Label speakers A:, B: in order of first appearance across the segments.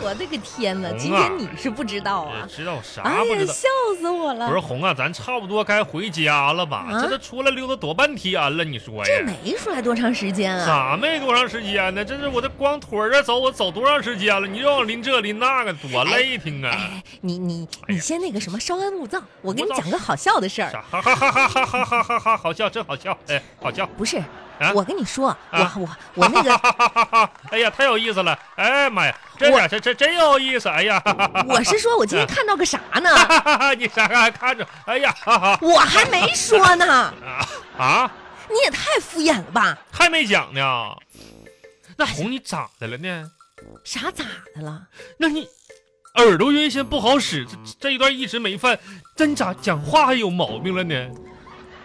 A: 我的个天呐，
B: 红啊
A: 今天你是不知道
B: 呃
A: 啊！
B: 知道啥
A: 哎
B: 不知
A: 呀，
B: 道？
A: 笑死我了！
B: 不是红啊，咱差不多该回家了吧？
A: 啊
B: 这都出来溜达多半天了，你说
A: 这
B: 呀？
A: 没出来多长时间啊？
B: 咋没多长时间呢？这是我这光腿儿啊走，我走多长时间了？你让我拎这拎那个，多累挺啊！
A: 哎，你你
B: 哎
A: 你
B: 呀
A: 先那个什么，稍安勿躁。我跟你
B: 我倒
A: 讲个好笑的事儿。
B: 啥哈哈哈哈哈哈哈哈哈！好笑，真好笑，哎，好笑，
A: 不是，我跟你说，
B: 啊
A: 我我我那个，
B: 哈哈哈哈！哎呀，太有意思了！哎妈呀，这
A: 我
B: 俩这这真有意思！哎呀，哈哈哈
A: 我是说我今
B: 啊
A: 天看到个啥呢？
B: 哈哈哈！你啥还看着？哎呀，哈哈
A: 我还没说呢，
B: 啊啊！
A: 你也太敷衍了吧？
B: 还没讲呢。那红，你咋的了呢？
A: 啥咋的了？
B: 那你耳朵原先不好使，这这一段一直没犯，真咋讲话还有毛病了呢？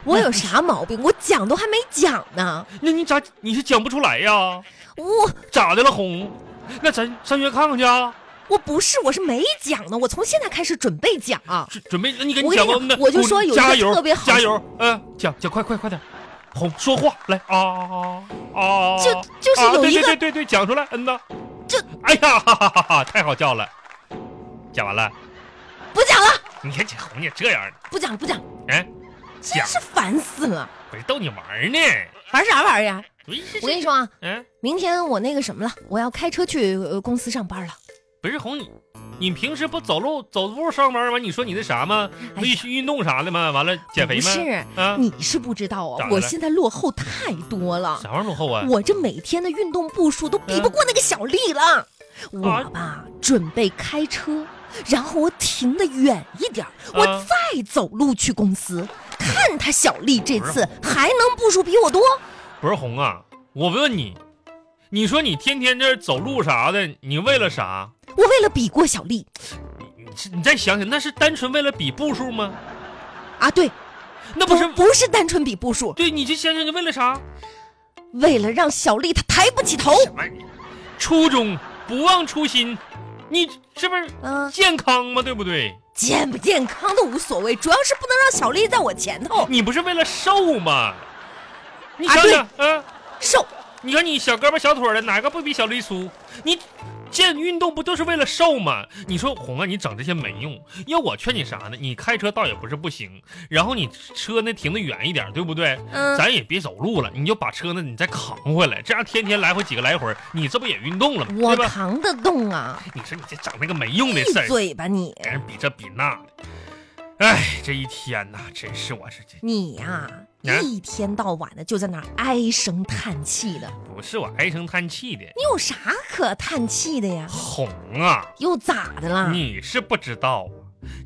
A: 我有啥毛病？我讲都还没讲呢，
B: 那你咋你是讲不出来呀？
A: 我
B: 咋的了，红？那咱上学看看去啊！
A: 我不是，我是没讲呢，我从现在开始准备讲。
B: 准准备，你赶
A: 我
B: 紧
A: 跟
B: 讲
A: 你
B: 吧。
A: 讲
B: 那
A: 我就说
B: 红
A: 有一个
B: 加油，
A: 特别好
B: 加油，嗯、讲讲快快快点，红说话来啊啊！
A: 就就是
B: 啊
A: 有
B: 对
A: 一个
B: 对对对对，讲出来，嗯呐。
A: 这
B: 哎呀，哈哈哈哈，太好笑了。讲完了，
A: 不讲了，
B: 你看这红姐这样的，
A: 不讲了，不讲了，
B: 哎，
A: 真
B: 讲
A: 是烦死了！
B: 我是逗你玩儿呢。
A: 玩啥玩呀？我
B: 我
A: 跟你，说啊，
B: 嗯，
A: 明天我那个什么了，我要开车去、呃、公司上班了。
B: 不是红你，你平时不走路走步上班完，你说你那啥吗？
A: 哎
B: 运
A: 呀
B: 运动啥的吗？完了减肥
A: 不
B: 吗？
A: 是，
B: 啊，
A: 你是不知道
B: 咋的
A: 啊，
B: 了
A: 我现在落后太多了，
B: 啥玩意儿落后啊？
A: 我这每天的运动步数都比不过那个小丽了。
B: 嗯啊
A: 我吧，准备开车，然后我停得远一点儿，我
B: 嗯
A: 再走路去公司。看她小丽这次还能步数比我多？
B: 不是红啊，我问你，你说你天天这走路啥的，你为了啥？
A: 我为了比过小丽
B: 你你再想想，那是单纯为了比步数吗？
A: 啊，对，
B: 那不
A: 不
B: 是，
A: 不是单纯比步数，
B: 对，你就想想你为了啥？
A: 为了让小丽她抬不起头。
B: 初衷不忘初心，你这不是
A: 嗯、
B: 健康吗？对不对？
A: 健不健康都无所谓，主要是不能让小丽在我前头
B: 你不是为了瘦吗？你
A: 啊
B: 想
A: 对
B: 想，嗯、
A: 瘦。
B: 你看你小胳膊小腿儿的，哪个不比小丽粗？你这运动不都是为了瘦吗？你说红啊，你整这些没用。要我劝你啥呢？你开车倒也不是不行，然后你车呢停得远一点，对不对？
A: 嗯
B: 咱也别走路了，你就把车呢你再扛回来，这样天天来回几个来回，你这不也运动了吗？
A: 我
B: 对吧？
A: 扛得动啊！
B: 你说你这整那个没用的
A: 闭
B: 事儿，
A: 嘴吧你！
B: 跟人比这比那的，哎，这一天呐，真是我是这
A: 你呀、
B: 啊
A: 一天到晚的就在那儿唉声叹气的，
B: 不是我唉声叹气的，
A: 你有啥可叹气的呀？
B: 红啊。
A: 又咋的啦？
B: 你是不知道啊，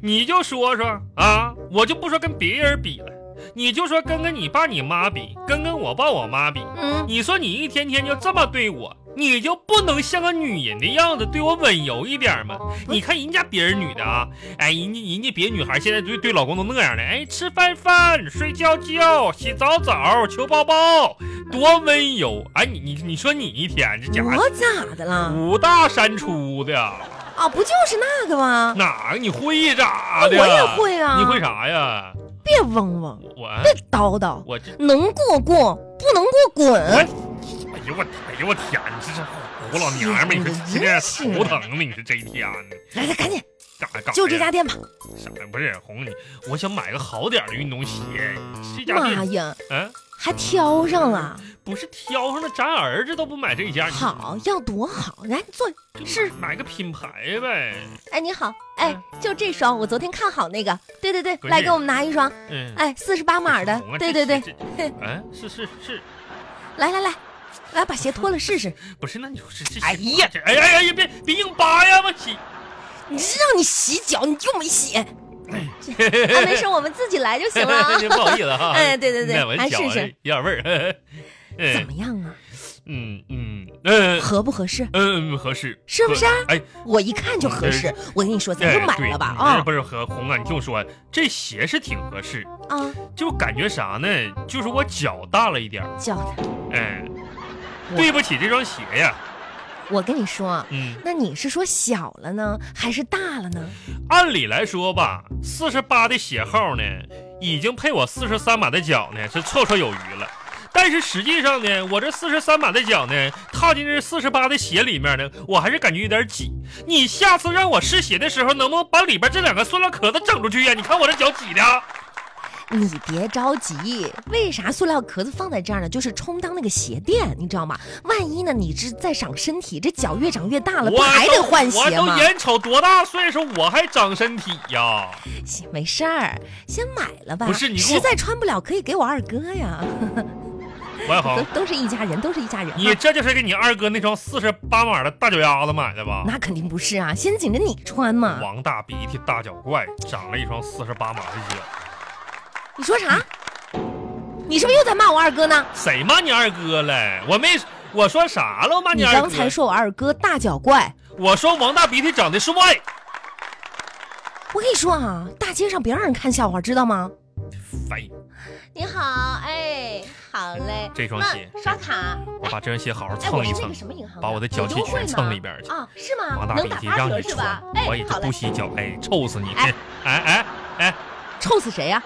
B: 你就说说啊，我就不说跟别人比了，你就说跟跟你爸你妈比，跟跟我爸我妈比。
A: 嗯，
B: 你说你一天天就这么对我，你就不能像个女人的样子对我温柔一点吗？你看人家别人女的啊，哎，人家人家别的女孩现在对对老公都那样的，哎，吃饭饭，睡觉觉，洗澡澡，求抱抱，多温柔。哎，你你你说你一天这家伙
A: 我咋的啦？
B: 五大三粗的。
A: 啊，不就是那个吗？
B: 哪个你会咋的？
A: 我也会啊
B: 你会啥呀？
A: 别嗡嗡，
B: 我我
A: 别叨叨，
B: 我这，
A: 能过过，不能过
B: 我
A: 滚。
B: 哎呦我哎呦我天，这是胡老娘们儿，你说今天头疼呢，你说这一天呢，
A: 来来，赶紧
B: 干干啥呀
A: 啊就这家店吧。
B: 啥呀？不是红你，我想买个好点儿的运动鞋，这家
A: 妈
B: 店
A: 呀，
B: 嗯、
A: 还挑上了，
B: 不是挑上了，咱儿子都不买这家，你
A: 好要多好！来坐，
B: 就
A: 是
B: 买个品牌呗，
A: 哎你好，哎
B: 嗯
A: 就这双，我昨天看好那个，对对对，
B: 不是
A: 来给我们拿一双，
B: 嗯，
A: 哎四十八码的
B: 红啊，
A: 对对
B: 这
A: 对，
B: 这这嗯，是是是，
A: 来来来，来把鞋脱了试试。
B: 不是那你说这这，
A: 哎呀
B: 这，哎呀哎呀，别别硬扒呀，我去。嗯
A: 你这让你洗脚，你就没
B: 哎
A: 洗。啊，
B: 嘿嘿嘿
A: 没事，我们自己来就行了 啊。
B: 不好意思啊。
A: 哎对对对
B: 那闻
A: 哎
B: 小
A: 是是
B: 啊有点味儿。
A: 怎
B: 嗯
A: 么样啊？
B: 嗯嗯嗯
A: 合不合适？
B: 嗯，合适，
A: 是不是啊
B: 哎，
A: 我一看就合适。我跟你说，咱
B: 哎
A: 就买
B: 对
A: 了吧
B: 你这
A: 啊
B: 不是和红啊，你听我说，这鞋是挺合适，
A: 啊！
B: 就感觉啥呢？就是我脚大了一点儿，
A: 叫他，
B: 哎，
A: 我
B: 对不起这双鞋呀。
A: 我跟你说啊，
B: 嗯，
A: 那你是说小了呢，还是大了呢？
B: 按理来说吧，四十八的鞋号呢，已经配我四十三码的脚呢，是绰绰有余了。但是实际上呢，我这四十三码的脚呢，踏进这四十八的鞋里面呢，我还是感觉有点挤。你下次让我试鞋的时候，能不能把里边这两个塑料壳子整出去呀、你看我这脚挤的。
A: 你别着急，为啥塑料壳子放在这儿呢？就是充当那个鞋垫，你知道吗？万一呢，你是在长身体，这脚越长越大了，不
B: 我
A: 还得
B: 都
A: 换
B: 我
A: 鞋吗
B: 都？眼瞅多大岁数，我还长身体呀？
A: 行，没事儿，先买了吧。
B: 不是你给我
A: 实在穿不了，可以给我二哥呀。
B: 王小
A: 都
B: 航，
A: 都是一家人，都是一家人。
B: 哦你这就是给你二哥那双四十八码的大脚丫子买的吧？
A: 那肯定不是啊，先紧着你穿嘛。
B: 王大鼻涕大脚怪长了一双四十八码的脚，
A: 你说啥？你是不是又在骂我二哥呢？
B: 谁骂你二哥了？我没我说啥了？我骂
A: 你
B: 二哥？
A: 刚才说我二哥大脚怪，
B: 我说王大鼻涕长得帅，
A: 我跟你说啊，大街上别让人看笑话，知道吗？
B: 烦人。
A: 你好，哎，好嘞
B: 嗯这双鞋
A: 那刷卡，
B: 我把这双鞋好好
A: 哎，
B: 蹭
A: 我
B: 一
A: 是那
B: 蹭
A: 个，什么银行的，
B: 把我的脚气全蹭里边去。
A: 啊，是吗？
B: 王大
A: 能
B: 鼻
A: 打
B: 涕
A: 八
B: 让
A: 折
B: 你
A: 是
B: 穿
A: 吧？，哎，
B: 我也
A: 好
B: 就
A: 嘞
B: 不，洗脚，哎，臭死你！
A: 哎
B: 哎哎哎，
A: 臭死谁呀、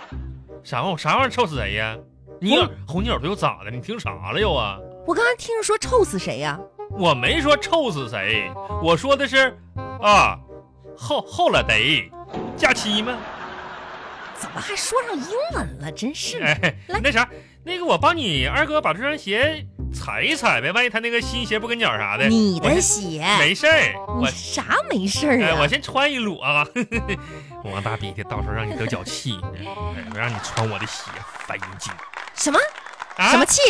B: 啥玩意儿啥玩意儿臭死谁呀？你有红鸟又咋的？你听啥了又啊？
A: 我刚才听着说臭死谁呀、
B: 我没说臭死谁，我说的是啊，后后了得假期吗？
A: 怎么还说上英文了？真是的。
B: 哎，
A: 嗯来
B: 那啥，那个我帮你二哥把这双鞋踩一踩呗，万一他那个新鞋不跟脚啥的。
A: 你
B: 我
A: 的
B: 先
A: 鞋，
B: 没事儿，
A: 你啊
B: 我
A: 啥没事儿
B: 哎
A: 啊？
B: 我先穿一裸啊。 王大鼻涕，到时候让你得脚气，哎我让你穿我的鞋，烦人精
A: 什么
B: 啊
A: 什么气？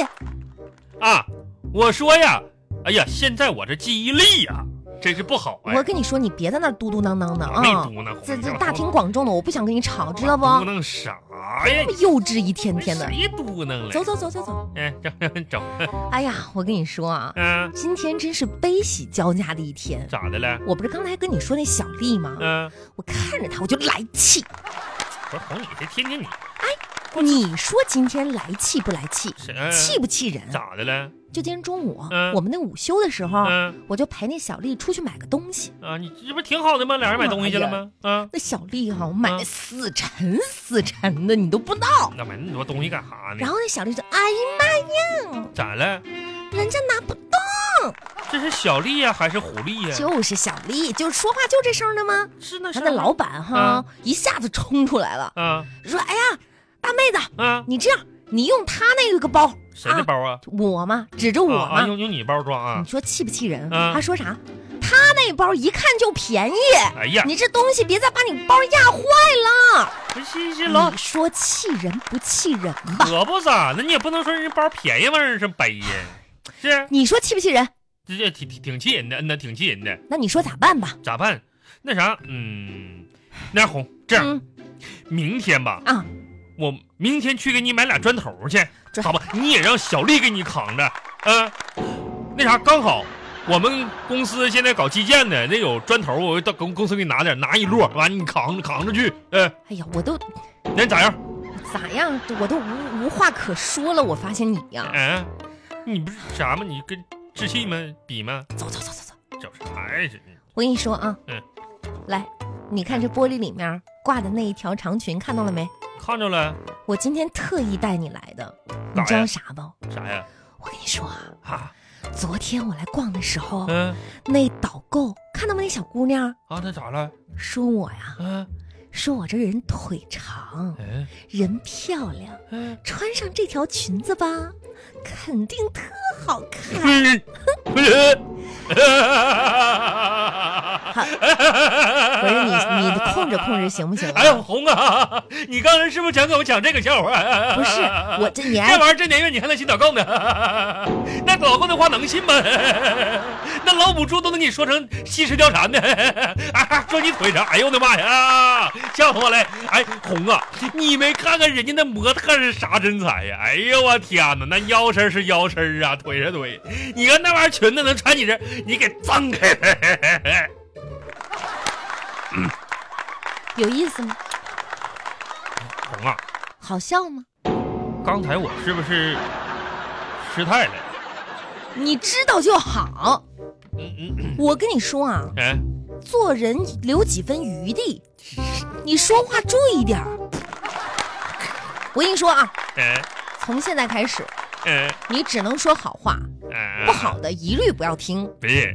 B: 啊！我说呀，哎呀，现在我这记忆力呀、真是不好哎。
A: 我跟你说，你别在那儿嘟嘟囔囔的
B: 我没
A: 啊！
B: 嘟囔，
A: 这这
B: 我
A: 大庭广众的，我不想跟你吵，知道不？
B: 嘟囔啥呀
A: 这？么幼稚一哎天天的。
B: 谁嘟囔了？
A: 走，走走走走，
B: 哎，找找，
A: 哎呀，我跟你说啊，
B: 嗯，
A: 今天真是悲喜交加的一天。
B: 咋的了？
A: 我不是刚才跟你说那小丽吗？
B: 嗯，
A: 我看着她我就来气。
B: 不是哄你，这天天你
A: 你说今天来气不来气？
B: 谁嗯
A: 气不气人？
B: 咋的了？
A: 就今天中午
B: 嗯，
A: 我们那午休的时候，
B: 嗯
A: 我就陪那小丽出去买个东西。
B: 啊，你这不挺好的吗？俩人买东西去了吗？啊，
A: 那小丽哈、我买的
B: 嗯
A: 死沉死沉的，你都不知道。
B: 啊那买那么多东西干啥呢
A: 然？后那小丽说：“哎呀妈呀，
B: 咋了？
A: 人家拿不动。
B: 这是小丽呀，还是狐狸”呀？
A: 就是小丽，就是说话就这声儿的吗？
B: 是那
A: 他
B: 是
A: 的老板
B: 嗯
A: 哈、一下子冲出来了，
B: 啊
A: 说：“哎呀，大妹子，
B: 啊，
A: 你这样，你用他那个包，
B: 谁的
A: 啊？
B: 包啊？
A: 我吗？指着我
B: 啊啊，
A: 吗？
B: 用用你包装啊
A: 你！说气不气人？
B: 嗯
A: 他说啥？他那包一看就便宜，
B: 哎呀，
A: 嗯你这东西别再把你包压坏了。
B: 这这这老
A: 你说气人不气人吧？
B: 可不咋的，你也不能说人家包便宜往人是背呀，是
A: 你说气不气人？
B: 这这挺挺挺气人的，嗯呐，挺气人的，
A: 那你说咋办吧？
B: 咋办？那啥，嗯，那样红这样，
A: 嗯
B: 明天吧，
A: 啊，
B: 我明天去给你买俩砖头去，
A: 砖
B: 好吧？你也让小丽给你扛着，嗯、那啥，刚好我们公司现在搞基建的，那有砖头，我到公公司给你拿点，拿一摞，完你扛着扛着去，呃，
A: 哎呀，我都
B: 那咋样？
A: 咋样？我都无无话可说了。我发现你呀、
B: 嗯、你不是啥吗？你跟志气吗？比吗？
A: 走走走走走，
B: 找啥呀？这
A: 我跟你说啊，
B: 嗯，
A: 来，你看这玻璃里面挂的那一条长裙，看到了没？
B: 看着了
A: 我今天特意带你来的，你知
B: 咋
A: 道
B: 呀
A: 啥不？
B: 啥呀？
A: 我跟你说啊，
B: 啊，
A: 昨天我来逛的时候，
B: 嗯、
A: 那导购看到吗？那小姑娘
B: 啊，那咋了？
A: 说我呀，
B: 嗯、
A: 说我这人腿长，
B: 嗯
A: 人漂亮，
B: 嗯，
A: 穿上这条裙子吧，肯定特好 看。
B: 不是。
A: 好，不是你，你控制控制行不行、啊？
B: 哎呦，红啊！你刚才是不是想给我讲这个笑话？
A: 不是我这你
B: 这
A: 爱
B: 玩意儿这年月你还能信导购呢？ 那导购的话能信吗？ 那老母猪都能给你说成西施貂蝉呢？ 啊，说你腿长，哎呦我的妈呀，笑死我了！哎，红啊，你没看看人家那模特是啥身材呀？哎呦我天哪，那腰身是腰身啊，腿是腿，你看那玩意儿裙子能穿你这，你给脏开！
A: 有意思吗？
B: 红啊，
A: 好笑吗？
B: 刚才我是不是失态了？
A: 你知道就好。
B: 嗯嗯嗯，
A: 我跟你说啊，
B: 哎。
A: 做人留几分余地，你说话注意点儿。我跟你说啊，
B: 哎
A: 从现在开始，
B: 嗯
A: 你只能说好话，
B: 嗯，
A: 不好的一律不要听。
B: 别，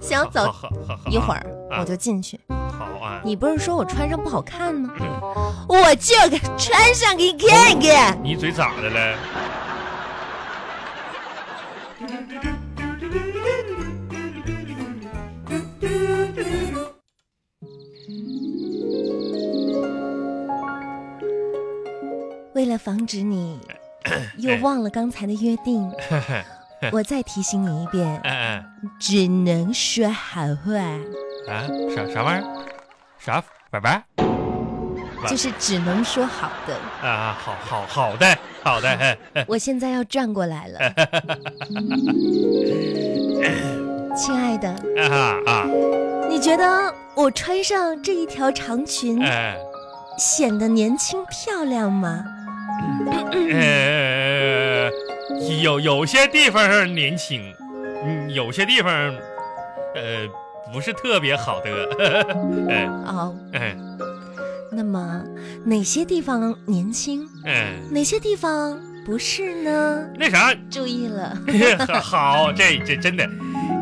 A: 行，
B: 好
A: 走，
B: 好好好
A: 一会儿
B: 啊
A: 我就进去。
B: 好啊，
A: 你不是说我穿上不好看吗？我就给穿上给你看看。
B: 你嘴咋的了？
A: 为了防止你又忘了刚才的约定，我再提醒你一遍，
B: 嗯
A: 只能说好话，
B: 嗯啊，啥啥玩意儿？啥拜拜？完
A: 就是只能说好的。
B: 啊，好好好的好的，哎 哎
A: 我现在要转过 来了，亲爱的，
B: 啊啊
A: 你觉得我穿上这一条长裙
B: 哎
A: 显得年轻漂亮吗？
B: 呃，有有些地方年轻，嗯，有些地方，呃，不是特别好的，嗯
A: 哦，
B: 嗯
A: 那么哪些地方年轻，
B: 嗯，
A: 哪些地方不是呢？
B: 那啥，
A: 注意了，
B: 好，这这真的，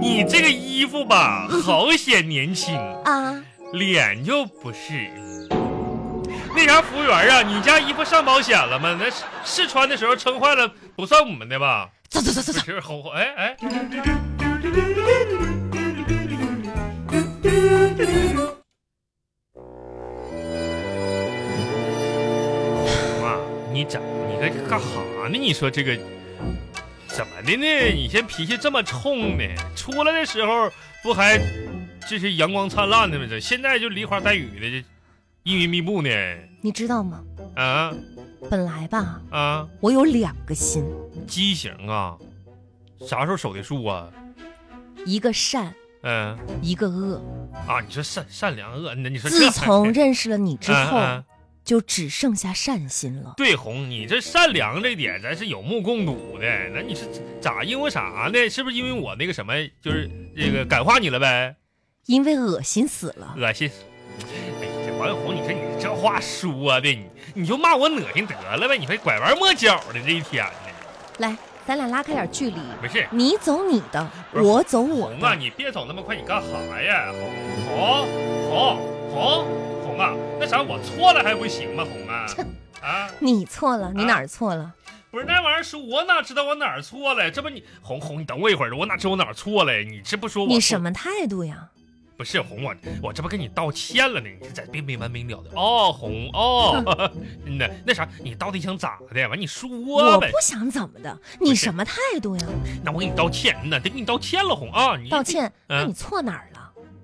B: 你这个衣服吧，好显年轻，
A: 啊，
B: 脸就不是。那啥，服务员啊，你家衣服上保险了吗？那试试穿的时候撑坏了不算我们的吧？
A: 走走走走
B: 不
A: 走，
B: 是红红，哎哎，妈，你咋你这干哈呢？你说这个怎么的呢？你这脾气这么冲呢？出来的时候不还这是阳光灿烂的吗？这现在就梨花带雨的，这阴云密布呢？
A: 你知道吗？
B: 啊
A: 本来吧，
B: 啊，
A: 我有两个心，
B: 畸形啊！啥时候手的术啊？
A: 一个善，
B: 嗯、
A: 一个恶。
B: 啊，你说善善良恶，你说这
A: 自从认识了你之
B: 嗯
A: 后，
B: 嗯
A: 就只剩下善心了。
B: 对红，你这善良这点咱是有目共睹的。那你是咋因为啥呢？是不是因为我那个什么，就是这个感化你了呗？
A: 因为恶心死了。
B: 恶心！哎，这王小红，你说你这话说的，你你就骂我恶心得了呗？你还拐弯抹角的这一天呢？
A: 来，咱俩拉开点距离，
B: 没事，
A: 你走你的，
B: 不是
A: 我走我
B: 红啊，
A: 的。
B: 你别走那么快，你干哈呀？红红红红红啊，那啥，我错了还不行吗？红啊啊！
A: 你错了，你
B: 啊
A: 哪儿错了？
B: 不是那玩意儿，说我哪知道我哪儿错了？这不你红红，你等我一会儿，我哪知道我哪儿错了？你这不说我
A: 你
B: 错
A: 什么态度呀？
B: 不是红我，我这不跟你道歉了呢？你这咋别没完没了的？哦，红 哦，那那啥，你到底想咋的？完你说
A: 我
B: 呗
A: 不，想怎么的，
B: 不
A: 你
B: 是
A: 什么态度呀？
B: 那我给你道歉，那得给你道歉了，红啊，你
A: 道。歉，
B: 嗯
A: 那你错哪儿了？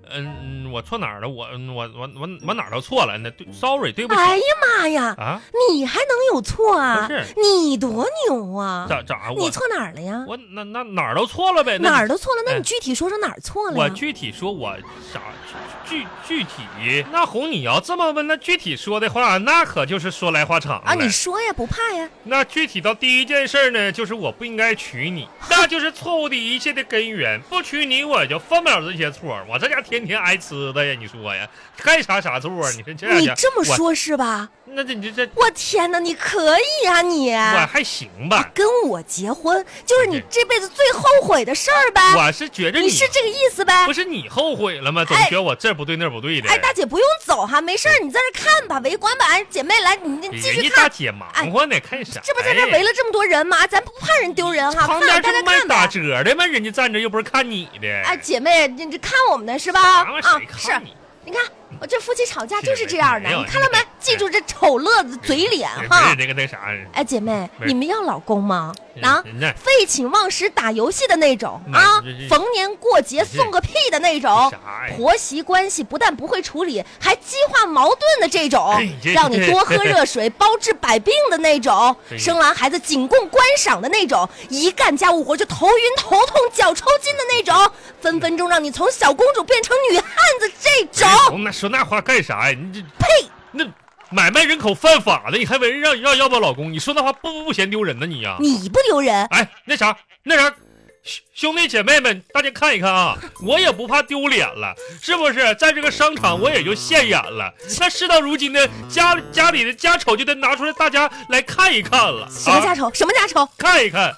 B: 嗯，嗯我错哪儿了？我嗯我我我我哪儿都错了？那对，sorry，对不起、
A: 哎呀妈呀，
B: 啊，
A: 你还能有错啊
B: 不是？
A: 你多牛啊！
B: 咋咋我
A: 你错哪儿了呀？
B: 我那那哪儿都错了呗？那
A: 哪儿都错了，那
B: 哎
A: 你具体说说哪儿错了
B: 我
A: 呀？
B: 具体说，我啥具具具体？那红，你要这么问，那具体说的话，那可就是说来话长了。
A: 啊，你说呀，不怕呀？
B: 那具体到第一件事呢，就是我不应该娶 你，那就是错误的一切的根源。不娶你，我就犯不了这些错。我这家天天挨呲的呀，你说呀，该啥啥错啊？你说这
A: 你
B: 家，
A: 这么
B: 我，
A: 说，是吧？
B: 那这你这这
A: 我天哪，你可以呀你！
B: 我还行 吧？
A: 跟我结婚就是你
B: 对
A: 这辈子最后悔的事儿呗？
B: 我是觉着
A: 你是这个意思呗
B: 不？是你后悔了吗？总觉得我这儿不对那儿不对的。
A: 哎，大姐不用走哈，没事儿，你在这看吧，围观吧。哎，姐妹来，你你继
B: 人
A: 续
B: 家哎大
A: 看，哎
B: 姐忙活呢，看啥呀？
A: 这不在这围了这么多人吗？哎咱不怕人丢人哈，
B: 旁边
A: 啊看大
B: 这
A: 家
B: 不卖
A: 看
B: 打
A: 呗。
B: 折的吗？人家站着又不是看你的。啊
A: 哎，姐妹，你这看我们的是吧？
B: 啥玩意
A: 啊
B: 谁，
A: 是
B: 看，你？
A: 你看我这夫妻吵架
B: 是
A: 就是这样的，
B: 没有
A: 你看到没
B: 那个？
A: 记住这丑乐子嘴脸
B: 哎不
A: 哈
B: 是。那个那啥，
A: 哎，姐妹，
B: 不是
A: 你们要老公吗？啊，
B: 人家
A: 废寝忘食打游戏的那种
B: 嗯那
A: 啊
B: 这这，
A: 逢年过节
B: 这
A: 送个屁的那种，
B: 啥呀？
A: 婆媳关系不但不会处理，还激化矛盾的这种
B: 哎这，哎
A: 让你多喝热水包治百病的那种，
B: 对
A: 生完孩子仅供观赏的那种，一干家务活就头晕头痛、脚抽筋的那种，分分钟让你从小公主变成女汉子这种。
B: 红那说那话干啥呀？你这
A: 呸！
B: 那买卖人口犯法的，你还为人啊让让要不要老公？你说那话不不不嫌丢人呢你呀？
A: 你不丢人，
B: 哎，那啥那啥，兄弟姐妹们，大家看一看啊，我也不怕丢脸了，是不是？在这个商场，我也就现眼 了。那事到如今呢，家家里的家丑就得拿出来，大家来看一看了。啊
A: 什么家丑？什么家丑？
B: 看一看，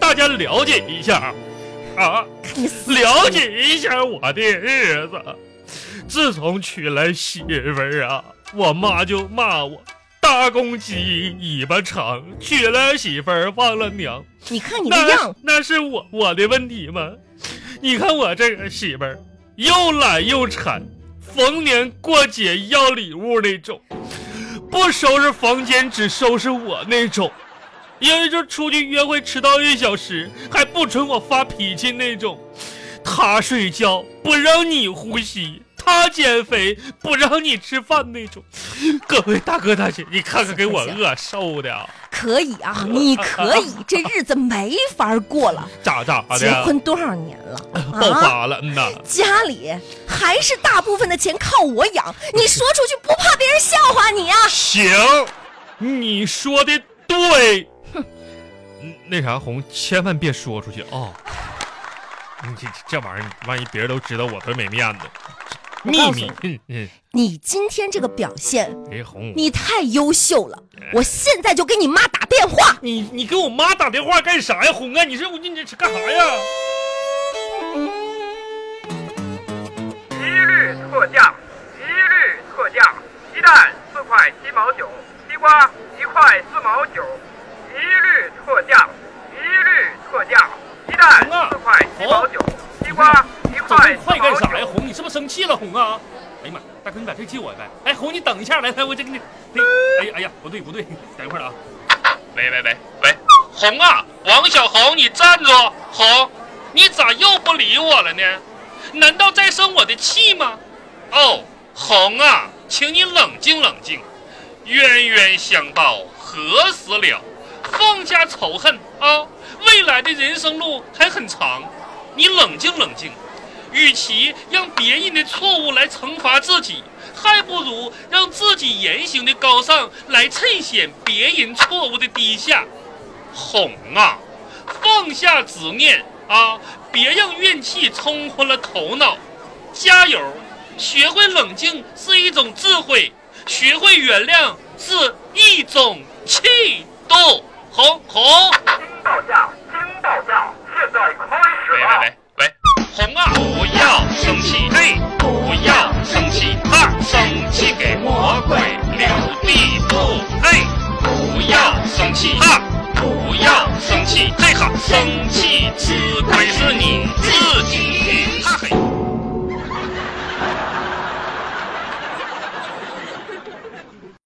B: 大家了解一下啊，
A: 看你死
B: 了解一下我的日子。自从娶来媳妇儿啊，我妈就骂我大公鸡尾巴长，娶了媳妇儿忘了娘。
A: 你看你这样，
B: 那是我我的问题吗？你看我这个媳妇儿又懒又馋，逢年过节要礼物那种，不收拾房间只收拾我那种，因为就出去约会迟到一小时还不准我发脾气那种，他睡觉不让你呼吸。他减肥不让你吃饭那种，各位大哥大姐，你看看给 我饿瘦的、啊，
A: 可以啊，你可以，这日子没法过 了。
B: 咋咋的？
A: 结婚多少年 了？啊
B: 爆发了，嗯呐。
A: 家里还是大部分的钱靠我养，你说出去不怕别人笑话你啊？
B: 行，你说的对。哼，那啥红，千万别说出去啊、哦！你这这玩意儿，万一别人都知道，我多没面子。秘密，嗯嗯，
A: 你今天这个表现，
B: 哎红，
A: 你太优秀了，
B: 哎
A: 我现在就给你妈打电话。
B: 你你给我妈打电话干啥呀？红啊，你这你这干啥呀？
C: 一律特价，一律特价，鸡蛋四块七毛九，西瓜一块四毛九，一律特价，一律特价，鸡
B: 啊
C: 蛋四块七毛九，西瓜。
B: 快快干啥呀，红？你是不是生气了，红啊？哎呀妈，大哥，你把这借我呗。哎，红，你等一下，来来，我这给你。哎呀哎呀，不对不对，等一会儿啊。喂喂喂喂，红啊，王小红，你站住！红，你咋又不理我了呢？难道在生我的气吗？哦，红啊，请你冷静冷静。冤冤相报何时了？放下仇恨啊！未来的人生路还很长，你冷静冷静。与其让别人的错误来惩罚自己，还不如让自己言行的高尚来衬显别人错误的低下。哄啊，放下执念啊，别让怨气冲昏了头脑。加油！学会冷静是一种智慧，学会原谅是一种气度。红红，
C: 听到价，听到价，现在开始了。
B: 来来来。红啊！不要生气，嘿！不要生气，二生气给我。